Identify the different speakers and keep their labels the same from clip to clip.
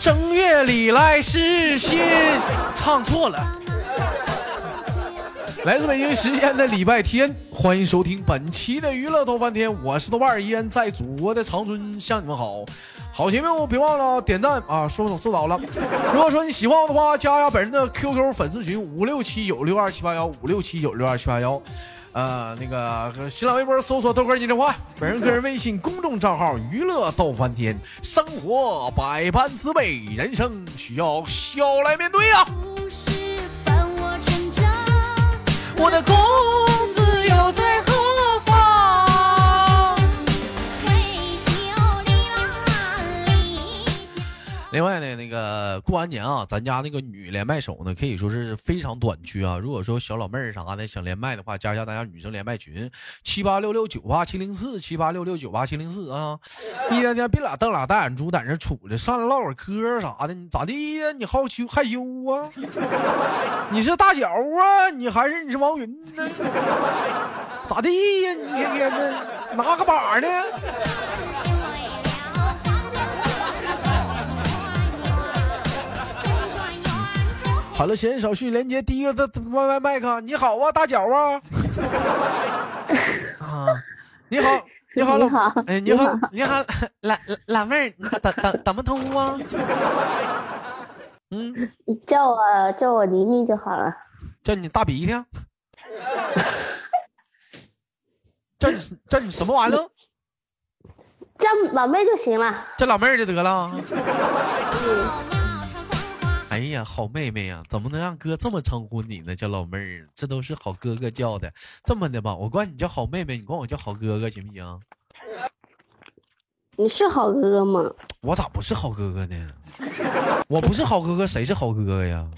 Speaker 1: 正月里来是新，唱错了。 来自北京时间的礼拜天，欢迎收听本期的娱乐逗翻天，我是豆瓣儿，依然在祖国的长春向你们好。好节目别忘了点赞啊，收手收到了。如果说你喜欢我的话，加一下本人的 QQ 粉丝群五六七九六二七八幺五六七九六二七八幺。呃，那个新浪微博搜索豆哥儿你电话，本人个人微信公众账号娱乐逗翻天，生活百般滋味，人生需要笑来面对啊呀、
Speaker 2: 不是伴我成长，
Speaker 1: 我的公子又在何方？
Speaker 2: 嘿，九里啦里江。
Speaker 1: 另外呢，那个过完年啊，咱家那个女连麦手呢，可以说是非常短缺啊。如果说小老妹儿啥的想连麦的话，加一下咱家女生连麦群，七八六六九八七零四，七八六六九八七零四啊。一天天别俩瞪俩大眼珠在那杵着，上来唠会儿嗑啥的，你咋地呀？你好羞害羞啊？ 你是大脚啊？你还是你是王云呢？咋地呀？你天天的拿个把呢？
Speaker 2: 水了，黄河中转园，中转园中。
Speaker 1: 好了，闲言少叙，连接第一个的 Y Y 麦克，你好啊，大脚啊， 啊，你 好，你好，老，
Speaker 3: 你好
Speaker 1: 哎，你好，你好，老老妹儿，怎怎怎么称呼啊？嗯，
Speaker 3: 你叫我叫我妮妮就好了。
Speaker 1: 叫你大鼻 涕，叫你叫你什么玩意儿？
Speaker 3: 叫老妹就行了。
Speaker 1: 叫老妹儿就得了。哎呀，好妹妹呀、怎么能让哥这么称呼你呢？叫老妹儿，这都是好哥哥叫的。这么的吧，我管你叫好妹妹，你管我叫好哥哥行不行？
Speaker 3: 你是好哥哥吗？
Speaker 1: 我咋不是好哥哥呢？我不是好哥哥，谁是好哥哥呀？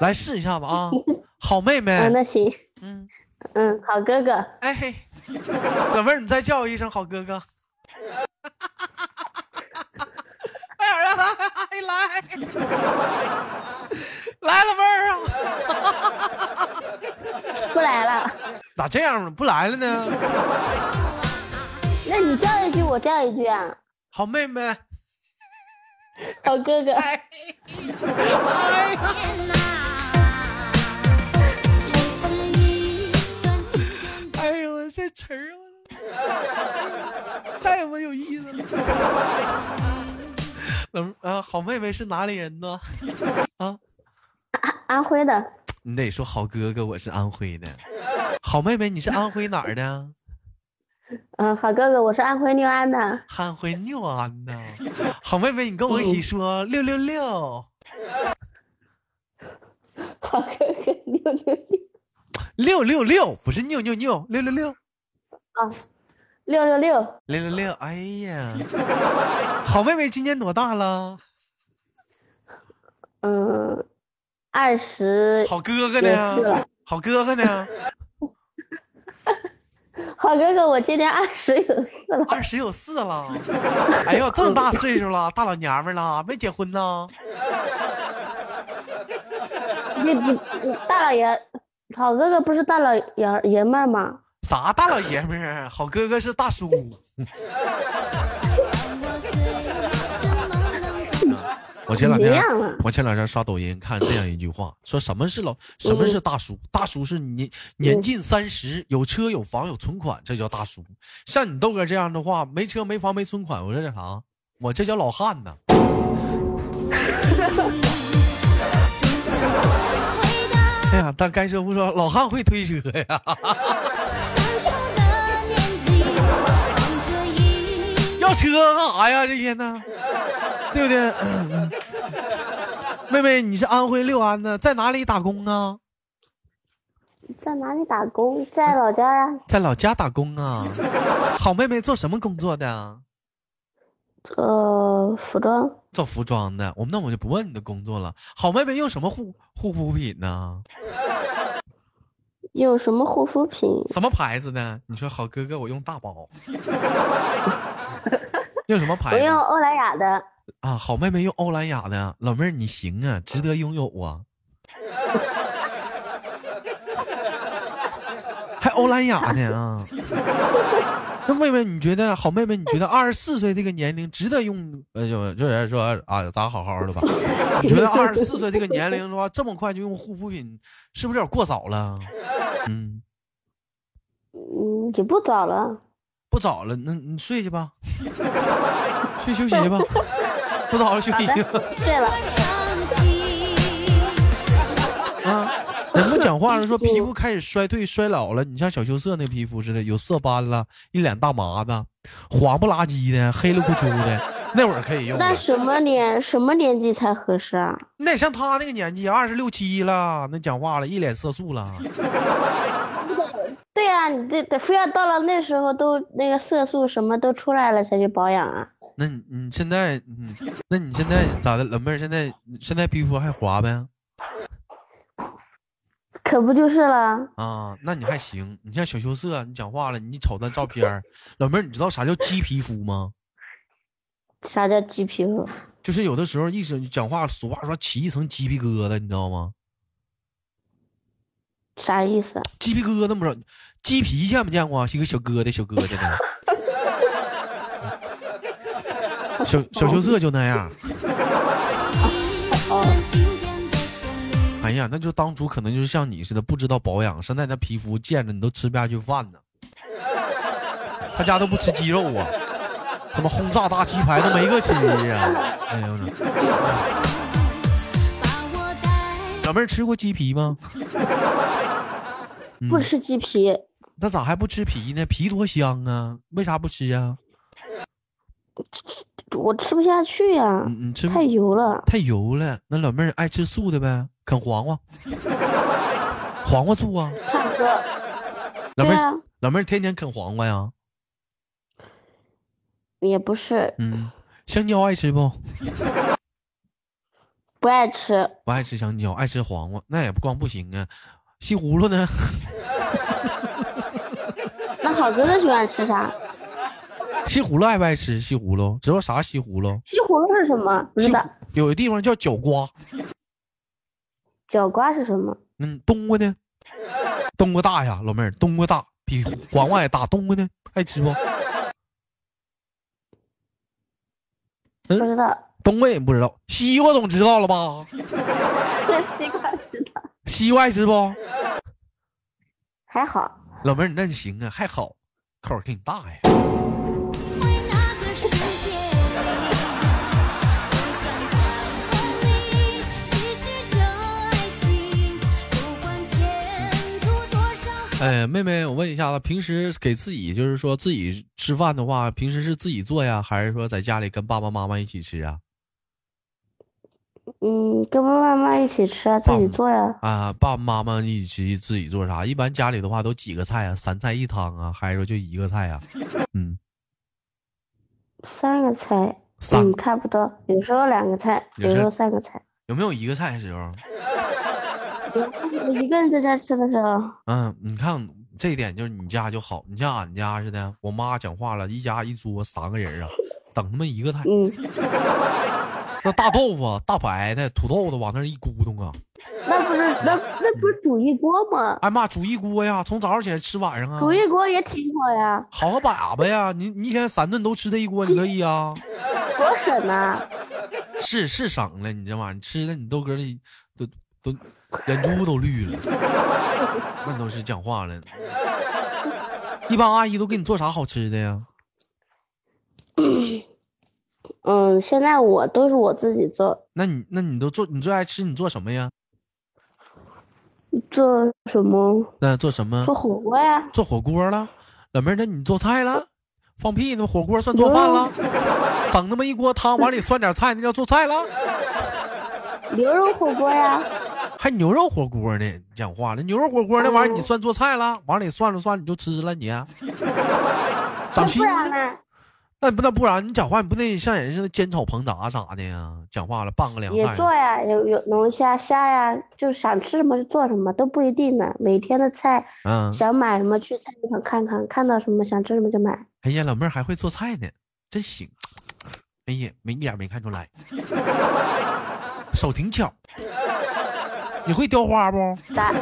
Speaker 1: 来试一下子啊，好妹妹
Speaker 3: 啊，，那行，
Speaker 1: 哎嗯，
Speaker 3: 嗯，好哥哥，
Speaker 1: 哎，老妹儿，你再叫我一声好哥哥。哎呀，让他哎来，来老妹儿啊，
Speaker 3: 不来了。
Speaker 1: 咋这样呢？不来了呢？
Speaker 3: 那你叫一句，我叫一句啊。
Speaker 1: 好妹妹，
Speaker 3: 好哥哥，
Speaker 1: 哎，哎呀。哎呦，我这词儿我太我有意思了。老妹儿啊，好妹妹是哪里人呢？啊，
Speaker 3: 安徽的，
Speaker 1: 你得说好哥哥，我是安徽的。好妹妹，你是安徽哪儿的？
Speaker 3: 嗯，好哥哥，我是安徽六安的。
Speaker 1: 安徽六安的。好妹妹，你跟我一起说六六六
Speaker 3: 好哥哥，六六
Speaker 1: 六
Speaker 3: 六
Speaker 1: 六六，不是六六六六六六
Speaker 3: 啊，六六六，
Speaker 1: 六六六。哎呀，好妹妹今年多大了？
Speaker 3: 嗯，二十
Speaker 1: 好哥哥
Speaker 3: 呃也是
Speaker 1: 呢
Speaker 3: 了？
Speaker 1: 好哥哥呢？
Speaker 3: 好哥哥，我今年二十有四了。
Speaker 1: 二十有四了，哎呦，这么大岁数了，大老娘们儿了，没结婚呢？
Speaker 3: 你你你大老爷，好哥哥不是大老爷爷们儿吗？
Speaker 1: 啥大老爷们儿？啊好哥哥是大叔，我前两
Speaker 3: 怎么
Speaker 1: 天
Speaker 3: 样了，
Speaker 1: 我前两天刷抖音看这样一句话，说什么是老，什么是大叔？大叔是年年近三十，有车有房有存款，这叫大叔。像你豆哥这样的话，没车没房没存款，我这叫啥？我这叫老汉呢。哎呀，但该说不说，老汉会推车呀。要车干啥呀？这些呢，对不对？ 嗯妹妹，你是安徽六安的，在哪里打工啊？
Speaker 3: 在哪里打工？在老家呀、
Speaker 1: 在老家打工啊。好妹妹做什么工作的啊？
Speaker 3: 呃，服装，
Speaker 1: 做服装的。我们那我就不问你的工作了。好妹妹用什么护护肤品呢？
Speaker 3: 用什么护肤品？
Speaker 1: 什么牌子的？你说好哥哥，我用大包。用什么
Speaker 3: 我
Speaker 1: 牌子
Speaker 3: 用欧莱雅的。
Speaker 1: 啊？好妹妹用欧莱雅的。老妹儿你行啊，值得拥有啊。还欧莱雅呢啊！那妹妹，你觉得好妹妹，你觉得二十四岁这个年龄值得用？呃，就就是说啊，咱好好的吧。你觉得二十四岁这个年龄的话，这么快就用护肤品，是不是有点过早了？嗯，
Speaker 3: 嗯，也不早了，
Speaker 1: 不早了，那你睡去吧， 去休息去吧。不早了，休息去吧。
Speaker 3: 睡
Speaker 1: 哎
Speaker 3: 了。
Speaker 2: 生气，
Speaker 1: 啊，人不讲话了，说皮肤开始衰退、衰老了。你像小羞涩那皮肤似的，有色斑了，一脸大麻子，黄不拉几的，黑了咕秋的。那会儿可以用
Speaker 3: 那
Speaker 1: 了，
Speaker 3: 什么年什么年纪才合适啊？
Speaker 1: 你得像他那个年纪，二十六七了，那讲话了，一脸色素了。
Speaker 3: 对呀、你这得非要到了那时候都那个色素什么都出来了才去保养啊？
Speaker 1: 那你你现在，嗯，那你现在咋的？老妹儿现在现在皮肤还滑呗？
Speaker 3: 可不就是了？
Speaker 1: 啊，那你还行。你像小羞涩，你讲话了，你一瞅那照片儿，老妹儿，你知道啥叫鸡皮肤吗？
Speaker 3: 啥叫鸡皮肤？
Speaker 1: 就是有的时候一直讲话，俗话说起一层鸡皮疙瘩，你知道吗？
Speaker 3: 啥意思啊？
Speaker 1: 鸡皮疙瘩不是鸡皮见没见过啊？是一个小疙瘩，小疙瘩的。小小羞涩就那样，
Speaker 2: 那晴天的旋律，
Speaker 1: 哎呀，那就当初可能就是像你似的，不知道保养，现在那皮肤见着你都吃不下去饭呢。他家都不吃鸡肉啊，他妈轰炸大鸡排都没个吃啊！哎呦我操，
Speaker 2: 把我带
Speaker 1: 老妹儿吃过鸡皮吗？嗯
Speaker 3: 不吃鸡皮，
Speaker 1: 那咋还不吃皮呢？皮多香啊，为啥不吃啊？
Speaker 3: 我吃不下去呀、
Speaker 1: 你你吃不
Speaker 3: 太油了。
Speaker 1: 太油了。那老妹儿爱吃素的呗，啃黄瓜，黄瓜素啊。
Speaker 3: 唱歌，
Speaker 1: 老妹
Speaker 3: 对
Speaker 1: 儿、
Speaker 3: 啊，
Speaker 1: 老妹儿天天啃黄瓜呀。
Speaker 3: 也不是
Speaker 1: 嗯，香蕉爱吃不？
Speaker 3: 不爱吃，
Speaker 1: 不爱吃香蕉，爱吃黄瓜，那也不光不行啊。西葫芦呢？
Speaker 3: 那好哥哥喜欢吃啥？
Speaker 1: 西葫芦爱不爱吃？西葫芦知道啥西葫芦？
Speaker 3: 西葫芦是什么？不知
Speaker 1: 西
Speaker 3: 道。
Speaker 1: 有的地方叫角瓜，
Speaker 3: 角瓜是什么？
Speaker 1: 嗯，冬瓜呢？冬瓜大呀，老妹儿，冬瓜大比黄瓜还大，冬瓜呢爱吃不？嗯
Speaker 3: 不知道。
Speaker 1: 冬瓜也不知道，西瓜总知道了吧？
Speaker 3: 西瓜知道。
Speaker 1: 西瓜爱吃不？
Speaker 3: 还好，
Speaker 1: 老妹儿，你那行啊，还好，口儿挺大呀。
Speaker 2: 回那个世界里，多想再和你。其实这爱情，不管前途多少。
Speaker 1: 哎，妹妹，我问一下子，平时给自己就是说自己吃饭的话，平时是自己做呀，还是说在家里跟爸爸妈妈一起吃啊？
Speaker 3: 嗯，跟妈妈一起吃啊，自己
Speaker 1: 棒
Speaker 3: 做呀、
Speaker 1: 啊，爸爸妈妈一起自己做啥？一般家里的话都几个菜啊，三菜一汤啊，还是说就一个菜啊？嗯，
Speaker 3: 三个菜，
Speaker 1: 三
Speaker 3: 嗯，差不多，有时候两个菜，
Speaker 1: 有
Speaker 3: 有
Speaker 1: 时
Speaker 3: 时
Speaker 1: 候
Speaker 3: 候三个菜。
Speaker 1: 有没有一个菜的时候？
Speaker 3: 我一个人在家吃的时候，
Speaker 1: 嗯，你看这一点就是你家就好，你像俺家似的，我妈讲话了，一家一桌三个人啊，等他们一个菜，
Speaker 3: 嗯，
Speaker 1: 那大豆腐、啊、大白菜、土豆子往那儿一咕咚啊，
Speaker 3: 那不是那那不是煮一锅吗？
Speaker 1: 哎妈，煮一锅呀，从早上起来吃晚上啊，
Speaker 3: 煮一锅也挺好呀，
Speaker 1: 好个粑粑呀！你你一天三顿都吃这一锅，你乐意啊？
Speaker 3: 多省啊呐！
Speaker 1: 是是省了，你这玩意儿你吃的你都搁这都都眼珠都绿了， 那都是讲话了。一般阿姨都给你做啥好吃的呀？
Speaker 3: 嗯，现在我都是我自己做，
Speaker 1: 那你那你都做你最爱吃你做什么呀？
Speaker 3: 做什么？
Speaker 1: 那做什么
Speaker 3: 做？火锅呀，
Speaker 1: 做火锅了，老妹儿，那你做菜了？放屁呢！火锅算做饭了？
Speaker 3: 嗯
Speaker 1: 整那么一锅汤，往里涮点菜，那叫做菜了？
Speaker 3: 牛肉火锅呀，
Speaker 1: 还牛肉火锅呢？你讲话了，牛肉火锅那
Speaker 3: 哦
Speaker 1: 玩意儿你算做菜了？往里涮了涮，你就吃了你？啊 长
Speaker 3: 那
Speaker 1: 心
Speaker 3: 不然呢？
Speaker 1: 那不那不然你讲话你不得像人似的煎炒烹炸啥的呀？讲话了拌个凉
Speaker 3: 也
Speaker 1: 菜，
Speaker 3: 做呀，有有龙虾、虾呀，就是想吃什么就做什么，都不一定呢。每天的菜，
Speaker 1: 嗯，
Speaker 3: 想买什么去菜市场看看，看到什么想吃什么就买。
Speaker 1: 哎呀，老妹儿还会做菜呢，真行！哎呀，没一点没看出来，手挺巧。你会雕花不？
Speaker 3: 咋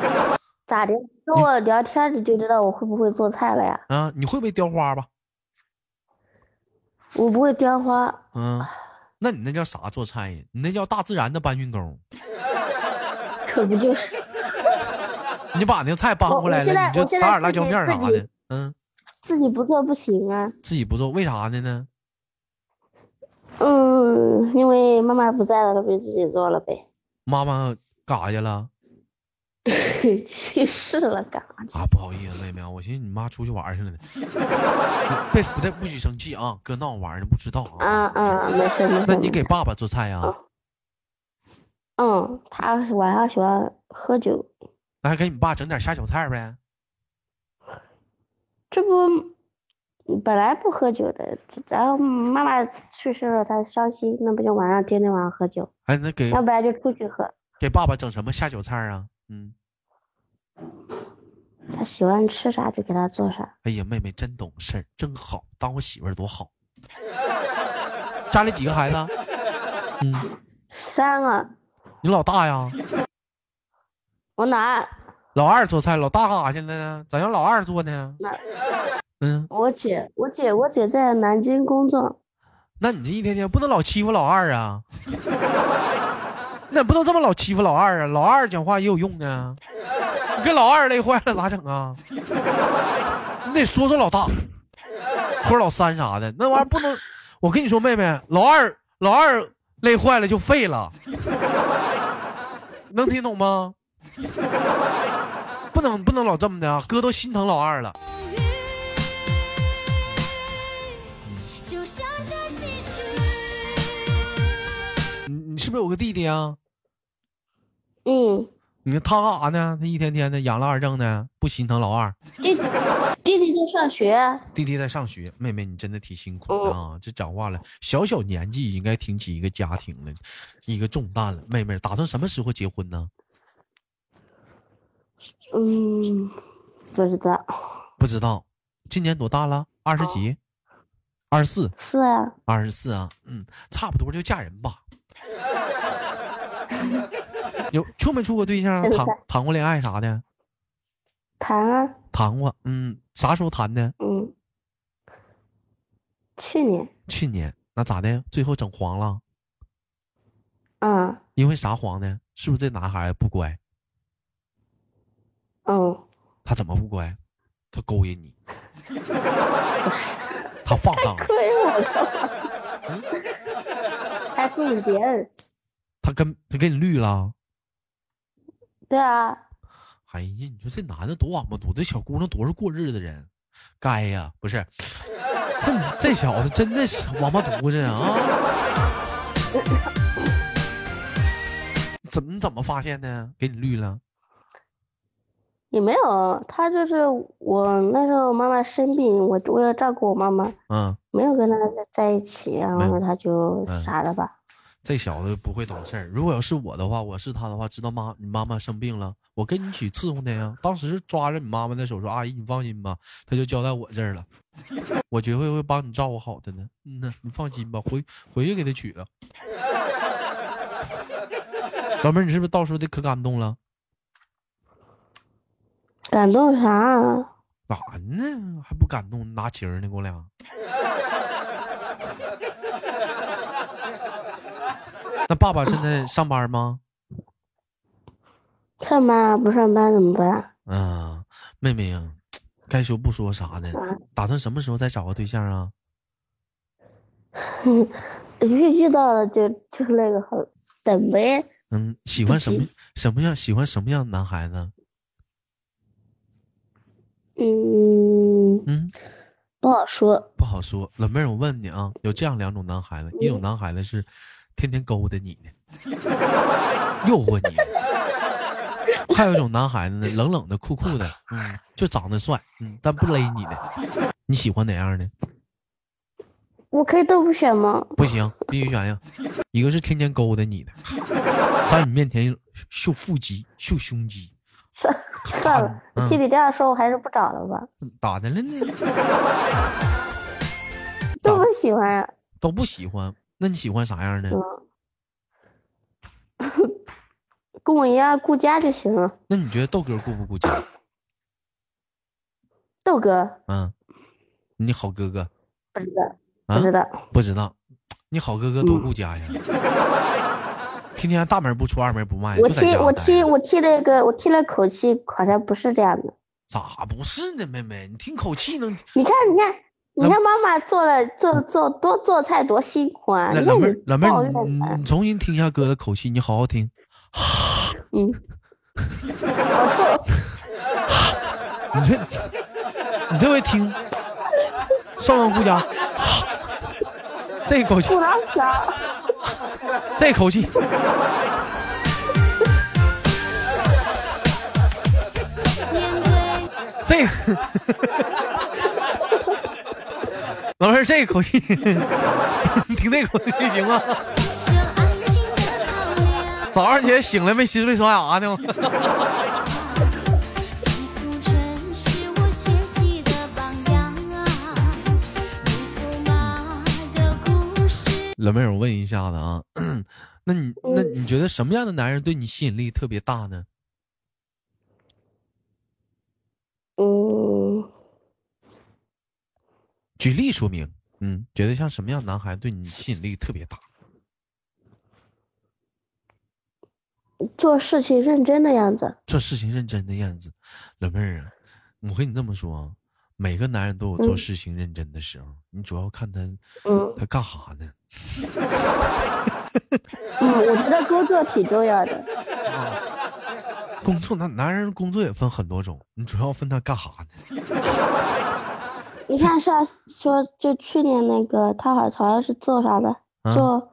Speaker 3: 咋的？跟我聊天你就知道我会不会做菜了呀？
Speaker 1: 啊，你会不会雕花吧？
Speaker 3: 我不会雕花，
Speaker 1: 嗯，那你那叫啥做菜呀？你那叫大自然的搬运工。
Speaker 3: 可不就是？
Speaker 1: 你把那菜搬
Speaker 3: 我
Speaker 1: 过来
Speaker 3: 我现
Speaker 1: 了，
Speaker 3: 在
Speaker 1: 你就
Speaker 3: 我现在
Speaker 1: 撒点辣
Speaker 3: 自己
Speaker 1: 椒面儿啥
Speaker 3: 自
Speaker 1: 的
Speaker 3: 己，
Speaker 1: 嗯，
Speaker 3: 自己不做不行啊。
Speaker 1: 自己不做，为啥的呢？
Speaker 3: 嗯，因为妈妈不在了，那不就自己做了呗。
Speaker 1: 妈妈干啥去了？
Speaker 3: 去世了干啥去？
Speaker 1: 啊，不好意思，妹妹啊，我寻思你妈出去玩儿去了呢。 别不带不许生气啊，哥闹玩儿呢，不知道
Speaker 3: 啊
Speaker 1: 啊。
Speaker 3: 啊，没事没事。
Speaker 1: 那你给爸爸做菜呀、
Speaker 3: 啊嗯，他晚上喜欢喝酒，
Speaker 1: 那还给你爸整点下酒菜呗？
Speaker 3: 这不本来不喝酒的，然后妈妈去世了，他伤心，那不就晚上天天晚上喝酒，
Speaker 1: 哎，那给
Speaker 3: 要不然就出去喝。
Speaker 1: 给爸爸整什么下酒菜啊？嗯，
Speaker 3: 他喜欢吃啥就给他做啥。
Speaker 1: 哎呀，妹妹真懂事儿，真好，当我媳妇儿多好。家里几个孩子？嗯，
Speaker 3: 三个，
Speaker 1: 你老大呀？
Speaker 3: 我哪儿
Speaker 1: 老二做菜，老大干啥去了呢？咋让老二做呢？
Speaker 3: 哪儿？
Speaker 1: 嗯，
Speaker 3: 我姐，我姐，我姐在南京工作，
Speaker 1: 那你这一天天不能老欺负老二啊！ 你咋不能这么老欺负老二啊？老二讲话也有用啊！你给老二累坏了咋整啊？ 你得说说老大或者老三啥的，那玩意儿不能。我跟你说，妹妹，老二老二累坏了就废了，能听懂吗？ 不能不能老这么的啊！哥都心疼老二了。
Speaker 2: 就像这唏嘘。
Speaker 1: 你你是不是有个弟弟啊？
Speaker 3: 嗯，
Speaker 1: 你看他干啥呢？他一天天的养了二正呢，不心疼老二。
Speaker 3: 弟弟弟在上学，
Speaker 1: 弟弟在上学，妹妹你真的挺辛苦的啊！这讲话了，小小年纪应该挺起一个家庭了，一个重担了。妹妹打算什么时候结婚呢？
Speaker 3: 嗯，不知道，
Speaker 1: 不知道，今年多大了？二十几？二十四？
Speaker 3: 是啊，
Speaker 1: 二十四啊？嗯，差不多就嫁人吧。 有处没处过对象？
Speaker 3: 是的
Speaker 1: 谈谈过恋爱啥的？
Speaker 3: 谈啊，
Speaker 1: 谈过，嗯，啥时候谈的？
Speaker 3: 嗯，去年，
Speaker 1: 去年。那咋的？最后整黄了？
Speaker 3: 嗯
Speaker 1: 因为啥黄呢？是不是这男孩不乖？
Speaker 3: 嗯，
Speaker 1: 他怎么不乖？他勾引你， 他放荡了，
Speaker 3: 对我干嘛？ 还勾引别人？
Speaker 1: 他跟他给你绿了。
Speaker 3: 对啊，
Speaker 1: 哎呀，你说这男的多王八犊子，这小姑娘多是过日子人，该呀，不是？ 哼这小子真的是王八犊子啊！ 怎么怎么发现的？给你绿了？
Speaker 3: 也没有，他就是我那时候妈妈生病，我我要照顾我妈妈，
Speaker 1: 嗯，
Speaker 3: 没有跟他在在一起，然
Speaker 1: 没有
Speaker 3: 后他就
Speaker 1: 嗯
Speaker 3: 啥了吧？
Speaker 1: 这小子不会懂事儿。如果要是我的话，我是他的话，知道妈你妈妈生病了，我跟你一起伺候她呀。当时抓着你妈妈的手说：“阿姨，你放心吧。”他就交代我这儿了，我绝对会帮你照顾好的呢。嗯呐，你放心吧，回回去给他娶了。老妹儿，你是不是到时候得可感动了？
Speaker 3: 感动啥啊？
Speaker 1: 咋呢？还不感动？拿情儿呢，给我俩。 那爸爸现在上班吗？
Speaker 3: 上班啊不上班怎么办？啊
Speaker 1: 嗯，妹妹呀、该说不说啥的，打算什么时候再找个对象啊？
Speaker 3: 遇遇到了就就那个好等呗，
Speaker 1: 嗯，喜欢什么
Speaker 3: 不
Speaker 1: 什么样？喜欢什么样的男孩子？
Speaker 3: 嗯，
Speaker 1: 嗯，
Speaker 3: 不好说。
Speaker 1: 不好说。老妹儿，我问你啊，有这样两种男孩子，一种男孩子是天天勾搭你的，诱惑你的；还有一种男孩子呢，冷冷的、酷酷的，嗯，就长得帅，嗯，但不勒你的。你喜欢哪样的？
Speaker 3: 我可以都不选吗？
Speaker 1: 不行，必须选呀！一个是天天勾搭你的，在你面前秀腹肌、秀胸肌，
Speaker 3: 算 了，
Speaker 1: 嗯
Speaker 3: 听你这样说，我还是不找了吧。
Speaker 1: 咋的了呢？
Speaker 3: 都不喜欢啊呀、
Speaker 1: 都不喜欢，那你喜欢啥样的？
Speaker 3: 嗯跟我一样顾家就行了。
Speaker 1: 那你觉得豆哥顾不顾家？
Speaker 3: 豆哥
Speaker 1: 啊嗯，你好哥哥，
Speaker 3: 不知道，不知道，
Speaker 1: 不知道，你好哥哥多顾家呀， 天天大门不出二门不迈，
Speaker 3: 我
Speaker 1: 哎就在
Speaker 3: 替
Speaker 1: 家
Speaker 3: 我
Speaker 1: 待
Speaker 3: 替
Speaker 1: 着
Speaker 3: 我替那个我替了口气，好像不是这样的。
Speaker 1: 咋不是呢，妹妹？你听口气能
Speaker 3: 你看，你看，你
Speaker 1: 那嗯
Speaker 3: 看妈妈做了做做多做菜多辛苦啊！
Speaker 1: 那
Speaker 3: 你
Speaker 1: 老
Speaker 3: 看
Speaker 1: 妹
Speaker 3: 你
Speaker 1: 儿，老妹
Speaker 3: 抱
Speaker 1: 儿，
Speaker 3: 怨
Speaker 1: 你
Speaker 3: 啊
Speaker 1: 你重新听一下哥的口气，你好好听。
Speaker 3: 嗯，好臭，
Speaker 1: 你这，你这回听，上上顾家，这口气
Speaker 3: 不，拉小。
Speaker 1: 这口气。
Speaker 2: 面对。
Speaker 1: 这 个，老师这口气， 你听这口气行吗？
Speaker 2: 这爱情的考量，
Speaker 1: 早上起来醒来没洗没刷牙呢，
Speaker 2: 低俗真是我学习的榜样啊！不驸马的故事，
Speaker 1: 老妹儿，我问一下子啊， 那你那你觉得什么样的男人对你吸引力特别大呢？
Speaker 3: 嗯，
Speaker 1: 举例说明，嗯，觉得像什么样的男孩对你吸引力特别大？
Speaker 3: 做事情认真的样子。
Speaker 1: 做事情认真的样子，老妹儿啊，我跟你这么说啊，每个男人都有做
Speaker 3: 嗯
Speaker 1: 事情认真的时候，你主要看他
Speaker 3: 嗯
Speaker 1: 他干啥呢？
Speaker 3: 嗯，我觉得工作挺重要的。
Speaker 1: 工作男男人工作也分很多种，你主要分他干啥呢？
Speaker 3: 你看上说就去年那个，他好好像是做啥的，
Speaker 1: 啊
Speaker 3: 做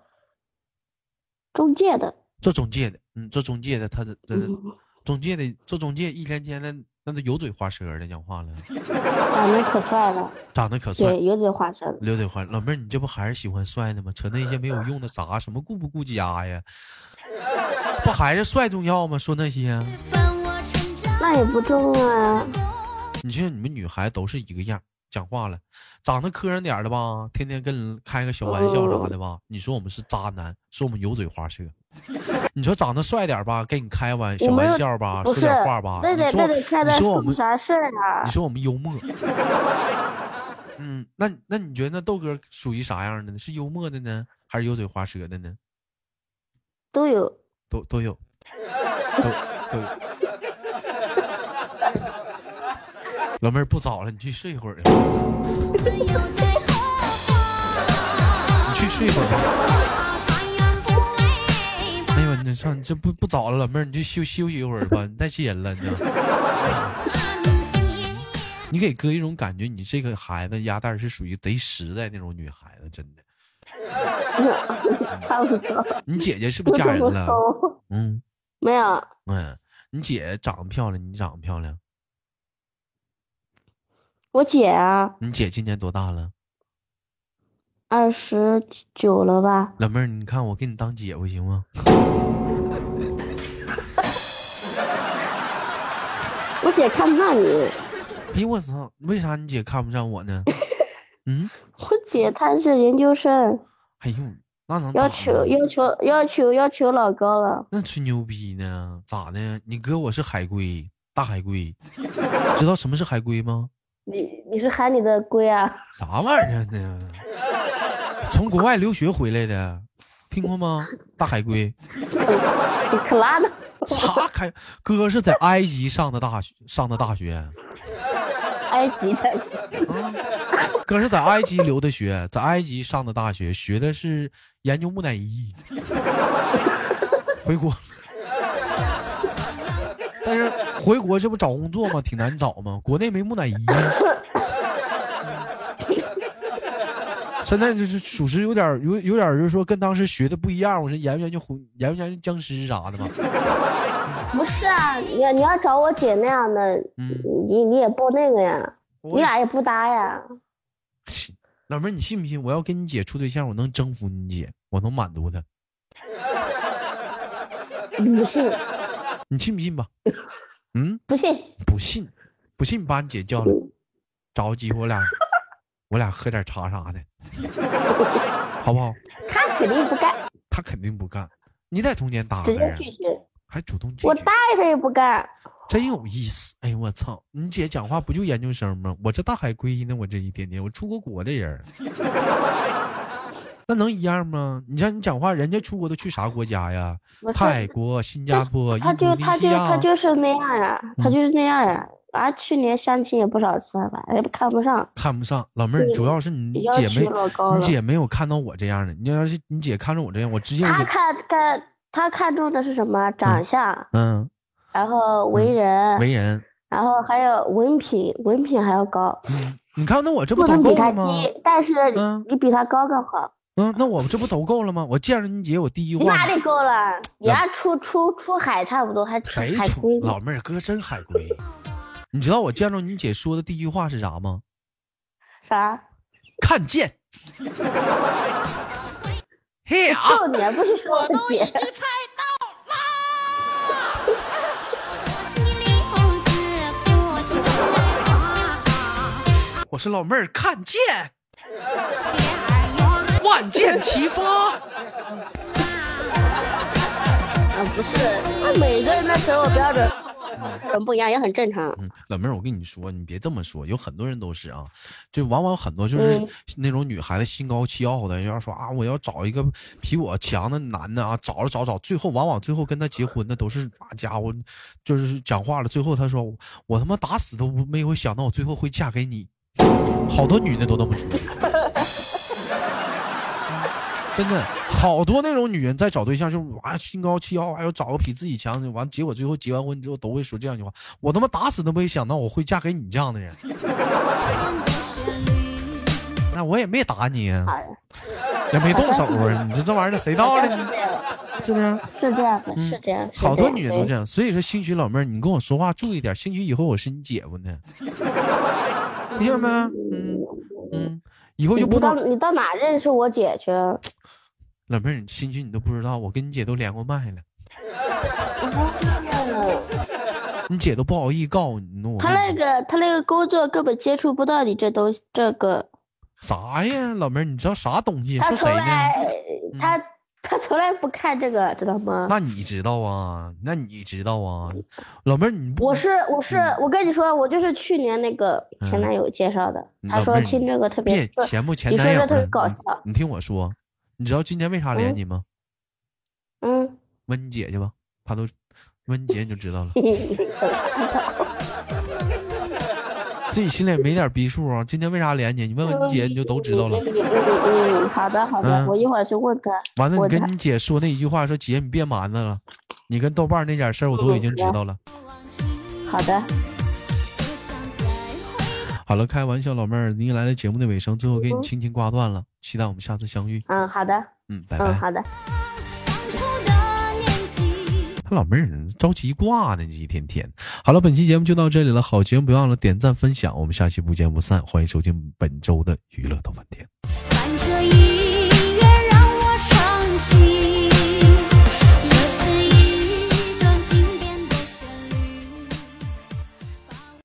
Speaker 3: 中介的。
Speaker 1: 做中介的，嗯，做中介的，他这这
Speaker 3: 嗯，
Speaker 1: 中介的做中介，一天天的那都油嘴滑舌的讲话了，
Speaker 3: 长得可帅了，
Speaker 1: 长得可帅，
Speaker 3: 对，油嘴滑舌的。
Speaker 1: 溜嘴滑。老妹儿，你这不还是喜欢帅的吗？扯那些没有用的啥，什么顾不顾家呀？不还是帅重要吗？说那些、啊
Speaker 2: 伴我成长。
Speaker 3: 那也不重要啊，
Speaker 1: 你像你们女孩都是一个样儿，讲话了，长得磕碜点儿的吧，天天跟人开个小玩笑啥
Speaker 3: 哦
Speaker 1: 的吧，你说我们是渣男，说我们油嘴滑舌。你说长得帅点儿吧，跟你开玩小
Speaker 3: 我们
Speaker 1: 玩笑吧，
Speaker 3: 不
Speaker 1: 啊说
Speaker 3: 是
Speaker 1: 点话吧，，
Speaker 3: 那
Speaker 1: 你
Speaker 3: 得那
Speaker 1: 说
Speaker 3: 得看
Speaker 1: 你
Speaker 3: 他
Speaker 1: 说我
Speaker 3: 做
Speaker 1: 们
Speaker 3: 啥事儿啊
Speaker 1: 你。说我们幽 默。嗯，那你那你觉得那豆哥属于啥样的呢？是幽默的呢，还是油嘴滑舌的呢？
Speaker 3: 都有。
Speaker 1: 都都有，都都有。 老妹儿不早了，你去睡一会儿去，你
Speaker 2: 自由在何方？
Speaker 1: 去睡一会儿吧。
Speaker 2: 传言不为
Speaker 1: 哎呦，你上你这不不早了，老妹儿，你就休休息一会儿吧，你太气人了，你知道吗。
Speaker 2: 把你心眼。
Speaker 1: 你给哥一种感觉，你这个孩子鸭蛋儿是属于贼实在那种女孩子，真的。
Speaker 3: 差不多。
Speaker 1: 嗯你姐姐是不
Speaker 3: 我
Speaker 1: 是嫁人
Speaker 3: 怎么
Speaker 1: 了？
Speaker 3: 说
Speaker 1: 嗯
Speaker 3: 没有，
Speaker 1: 嗯，你姐长得漂亮，你长得漂亮。
Speaker 3: 我姐啊，
Speaker 1: 你姐今年多大了？
Speaker 3: 二十九了吧？
Speaker 1: 老妹儿，你看我给你当姐夫行吗？
Speaker 3: 我姐看不上你，
Speaker 1: 哎呦我操，为啥你姐看不上我 呢？嗯，
Speaker 3: 我姐她是研究生，
Speaker 1: 哎呦，那能
Speaker 3: 要
Speaker 1: 咋
Speaker 3: 求
Speaker 1: 的？
Speaker 3: 要求要求要求老高了。
Speaker 1: 那吹牛逼呢？咋的？你哥我是海龟，大海龟，知道什么是海龟吗？
Speaker 3: 你你是喊你的龟啊？
Speaker 1: 啥玩意儿呢？从国外留学回来的，听过吗？大海龟，
Speaker 3: 你可拉倒！
Speaker 1: 啥海？哥是在埃及上的大学，上的大学
Speaker 3: 埃及的，
Speaker 1: 啊。哥是在埃及留的学，在埃及上的大学，学的是研究木乃伊。回国，但是回国这不找工作吗？挺难找吗？国内没木乃伊。现在就是属实有点儿有有点儿就是说跟当时学的不一样，我是研究研究红研究研究僵尸啥的嘛。
Speaker 3: 不是啊？你要你要找我姐那样的，
Speaker 1: 嗯，
Speaker 3: 你你也不那个呀，
Speaker 1: 我
Speaker 3: 你俩也不搭呀。
Speaker 1: 老妹儿，你信不信？我要跟你姐处对象，我能征服你姐，我能满足她，
Speaker 3: 你不信？
Speaker 1: 你信不信吧？嗯，
Speaker 3: 不信？
Speaker 1: 不信，不信你把你姐叫来，找个机会我俩我俩喝点茶啥的，好不好？
Speaker 3: 她肯定不干，
Speaker 1: 她肯定不干，你在中间搭
Speaker 3: 直
Speaker 1: 着
Speaker 3: 接
Speaker 1: 哎呀，
Speaker 3: 拒绝。
Speaker 1: 还主动拒
Speaker 3: 我
Speaker 1: 绝
Speaker 3: 答应她也不干。
Speaker 1: 真有意思。哎呦我操，你姐讲话不就研究生吗？我这大海归呢，我这一点点，我出过国的人儿， 那能一样吗？你像你讲话，人家出国都去啥国家呀？
Speaker 3: 我说
Speaker 1: 泰国、新加坡、
Speaker 3: 他
Speaker 1: 印度
Speaker 3: 就他
Speaker 1: 尼西
Speaker 3: 就他
Speaker 1: 亚。
Speaker 3: 就是那样呀、他
Speaker 1: 嗯
Speaker 3: 就是那样呀、啊，去年相亲也不少次了吧，也不看不上，
Speaker 1: 看不上老妹儿，
Speaker 3: 对
Speaker 1: 主要是你
Speaker 3: 要
Speaker 1: 姐
Speaker 3: 求
Speaker 1: 没
Speaker 3: 老高
Speaker 1: 你
Speaker 3: 了。
Speaker 1: 姐没有看到我这样的。你要是你姐看着我这样，我直接我
Speaker 3: 他
Speaker 1: 就
Speaker 3: 看看他看重的是什么？长相，
Speaker 1: 嗯，
Speaker 3: 然后为人，
Speaker 1: 为人。
Speaker 3: 然后还有文凭，文凭还要高，
Speaker 1: 嗯你看，那我这不
Speaker 3: 不
Speaker 1: 都
Speaker 3: 能
Speaker 1: 够
Speaker 3: 比他
Speaker 1: 了吗？
Speaker 3: 低，但是
Speaker 1: 嗯
Speaker 3: 你比他高更好。
Speaker 1: 嗯，那我这不都够了吗？我见着你姐，我第一
Speaker 3: 你
Speaker 1: 话
Speaker 3: 哪里够了？你家出出出海差不多，还出
Speaker 1: 谁
Speaker 3: 海
Speaker 1: 出
Speaker 3: 归？呢
Speaker 1: 老妹儿，哥真海归。你知道我见着你姐说的第一句话是啥吗？
Speaker 3: 啥？
Speaker 1: 啊看见。 嘿啊！
Speaker 3: 重点不是说我姐，
Speaker 2: 公子父亲爱花好，
Speaker 1: 我说老妹儿，看见，
Speaker 2: 蝶儿哟
Speaker 1: 万箭齐发。
Speaker 3: 啊不是，那每个人的择偶标准很不一样，也很正常。
Speaker 1: 嗯，老妹儿，我跟你说，你别这么说，有很多人都是啊，就往往很多就是
Speaker 3: 嗯
Speaker 1: 那种女孩子心高气傲的，要说啊，我要找一个比我强的男的啊，找着找找，最后往往最后跟他结婚的都是那家伙，就是讲话了，最后他说我我他妈打死都不没有想到我最后会嫁给你，好多女的都那么说。 真的，好多那种女人在找对象，就是啊心高气傲，哎呦找个比自己强的，完结果最后结完婚之后都会说这样一句话，我他妈打死都没想到我会嫁给你这样的人，
Speaker 2: 风的旋律，
Speaker 1: 那我也没打你，啊
Speaker 3: 好的，
Speaker 1: 也没动手啊，你这这玩意儿谁到
Speaker 3: 是
Speaker 1: 了
Speaker 3: 这
Speaker 1: 呢？
Speaker 3: 样的，
Speaker 1: 是不是？
Speaker 3: 是这样的，是这样，
Speaker 1: 嗯
Speaker 3: 是
Speaker 1: 好多
Speaker 3: 样
Speaker 1: 女人都
Speaker 3: 对
Speaker 1: 这样，所以说，兴许老妹儿，你跟我说话注意点，兴许以后我是你姐夫呢，听见没？嗯嗯，以后就不
Speaker 3: 你到
Speaker 1: 能
Speaker 3: 你到哪认识我姐去了？
Speaker 1: 老妹儿，你兴许你都不知道，我跟你姐都连过麦了，你姐都不好意思告诉你，那我
Speaker 3: 她
Speaker 1: 问
Speaker 3: 那
Speaker 1: 你
Speaker 3: 个她那个工作根本接触不到你这东西，这个
Speaker 1: 啥呀，老妹儿，你知道啥东西？
Speaker 3: 她
Speaker 1: 说谁
Speaker 3: 从来
Speaker 1: 呢？嗯
Speaker 3: 她她从来不看这个，知道吗？
Speaker 1: 那你知道啊？那你知道啊？老妹儿，你不
Speaker 3: 我是我是
Speaker 1: 嗯
Speaker 3: 我跟你说，我就是去年那个前男友介绍的，
Speaker 1: 嗯
Speaker 3: 他
Speaker 1: 老
Speaker 3: 说
Speaker 1: 妹儿
Speaker 3: 听这个特别
Speaker 1: 别
Speaker 3: 特
Speaker 1: 前不嗯前
Speaker 3: 你说
Speaker 1: 男友
Speaker 3: 这特别
Speaker 1: 呢
Speaker 3: 搞
Speaker 1: 你
Speaker 3: 笑
Speaker 1: 你听我说，你知道今天为啥连
Speaker 3: 嗯
Speaker 1: 你吗？
Speaker 3: 嗯，
Speaker 1: 问你姐去吧，她都问你姐你就知道了。自己心里没点逼数啊？今天为啥连你？你问问你姐，你就都知道了。
Speaker 3: 嗯嗯嗯，好的好
Speaker 1: 嗯
Speaker 3: 的，我一会儿去问他。
Speaker 1: 完了，
Speaker 3: 我
Speaker 1: 你
Speaker 3: 的
Speaker 1: 跟你姐说那一句话，说姐你别瞒着了，你跟豆瓣儿那点事儿我都已经知道了。
Speaker 2: 忘记，
Speaker 3: 好的，
Speaker 2: 多想再回
Speaker 1: 好了，开玩笑，老妹儿，你也来到节目的尾声，最后给你轻轻挂断了，期待我们下次相遇。
Speaker 3: 嗯好的，
Speaker 1: 嗯，拜
Speaker 3: 嗯
Speaker 1: 拜。
Speaker 3: 好的。
Speaker 2: 当初的年纪。
Speaker 1: 他老妹儿着急挂呢，这一天天。好了，本期节目就到这里了，好节目不要忘了点赞分享，我们下期不见不散，欢迎收听本周的娱乐豆瓣天。